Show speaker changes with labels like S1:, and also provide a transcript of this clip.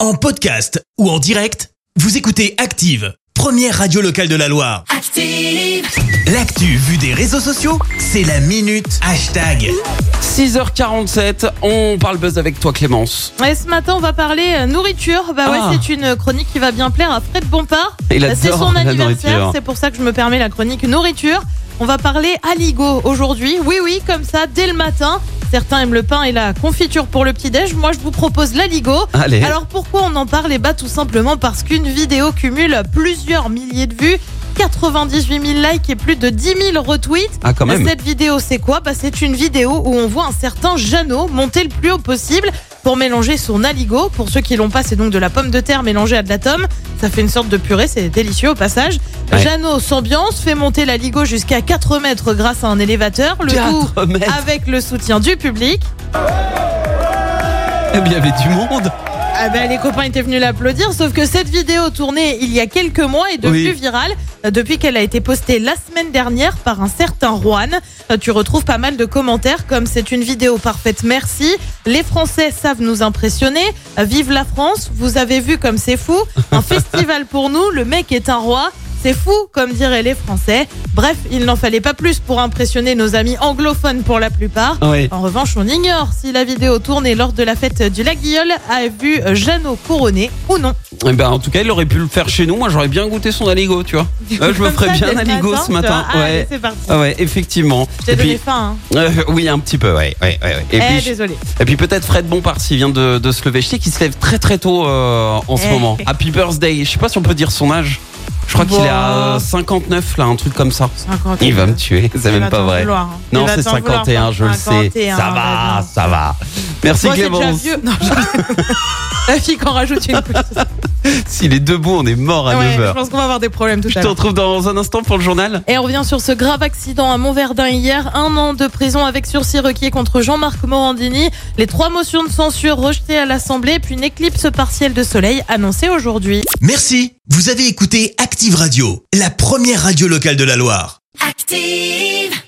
S1: En podcast ou en direct, vous écoutez Active, première radio locale de la Loire.
S2: Active.
S1: L'actu vue des réseaux sociaux, c'est la minute hashtag.
S3: 6h47, on parle buzz avec toi Clémence.
S4: Ouais, ce matin, on va parler euh, nourriture. Bah ouais,
S3: Ah.
S4: c'est une chronique qui va bien plaire à Fred Bompard.
S3: Il
S4: Bah, C'est
S3: adore
S4: son
S3: la
S4: anniversaire,
S3: nourriture.
S4: c'est pour ça que je me permets la chronique nourriture. On va parler aligo aujourd'hui. Oui, oui, comme ça, dès le matin. Certains aiment le pain et la confiture pour le petit-déj. Moi, je vous propose l'aligo.
S3: Ah, Allez,
S4: Alors pourquoi on en parle Eh bah tout simplement parce qu'une vidéo cumule plusieurs milliers de vues, 98 000 likes et plus de 10 000 retweets.
S3: ah quand même.
S4: Cette vidéo, c'est quoi bah, C'est une vidéo où on voit un certain Jeannot monter le plus haut possible pour mélanger son aligot. Pour ceux qui l'ont pas, c'est donc de la pomme de terre mélangée à de la tome. Ça fait une sorte de purée, c'est délicieux au passage.
S3: Ouais.
S4: Jeannot s'ambiance, fait monter l'aligot jusqu'à 4 mètres grâce à un élévateur. Le tout
S3: 4 mètres,
S4: avec le soutien du public.
S3: Eh bien, il y avait du monde.
S4: Ah bah, les copains étaient venus l'applaudir, sauf que cette vidéo tournée il y a quelques mois est devenue
S3: Oui.
S4: virale euh, depuis qu'elle a été postée la semaine dernière par un certain Juan. Euh, Tu retrouves pas mal de commentaires comme c'est une vidéo parfaite, merci. Les Français savent nous impressionner. Euh, Vive la France, vous avez vu comme c'est fou. Un festival pour nous, le mec est un roi. C'est fou, comme diraient les Français. Bref, il n'en fallait pas plus pour impressionner nos amis anglophones pour la plupart.
S3: Ouais.
S4: En revanche, on ignore si la vidéo tournée lors de la fête du lac Guillol a vu Jeannot couronné ou non.
S3: Eh ben, en tout cas, il aurait pu le faire chez nous. Moi, j'aurais bien goûté son aligo, tu vois. Euh, je me
S4: Comme
S3: ferais
S4: ça,
S3: bien
S4: dès
S3: un
S4: le
S3: aligot ce
S4: tu vois.
S3: matin,
S4: Ah,
S3: ouais.
S4: allez, c'est parti.
S3: Ah ouais, effectivement.
S4: J'ai
S3: Et
S4: donné
S3: puis,
S4: faim. hein.
S3: euh, oui, un petit peu, ouais, ouais, ouais, ouais. Et,
S4: Eh,
S3: puis,
S4: désolé.
S3: et puis peut-être Fred Bompard s'il vient de, de se lever. Je sais qu'il se lève très très tôt euh, en ce
S4: Eh.
S3: moment. Happy birthday. Je sais pas si on peut dire son âge. Je crois qu'il est à
S4: Bon.
S3: 59 là, un truc comme ça. Il va me tuer, c'est même pas vrai.
S4: hein.
S3: Non, c'est 51, je le sais. Ça va, ça va. Merci
S4: Moi, c'est déjà
S3: Clémence.
S4: vieux. Non, je- La fille qu'en rajoute une couche.
S3: Si les deux bouts, on est mort à
S4: Ouais,
S3: 9h.
S4: je pense qu'on va avoir des problèmes tout
S3: Je
S4: à
S3: te
S4: l'heure.
S3: retrouve dans un instant pour le journal.
S4: Et on revient sur ce grave accident à Montverdun hier. Un an de prison avec sursis requis contre Jean-Marc Morandini. Les trois motions de censure rejetées à l'Assemblée, puis une éclipse partielle de soleil annoncée aujourd'hui.
S1: Merci, vous avez écouté Active Radio, la première radio locale de la Loire.
S2: Active.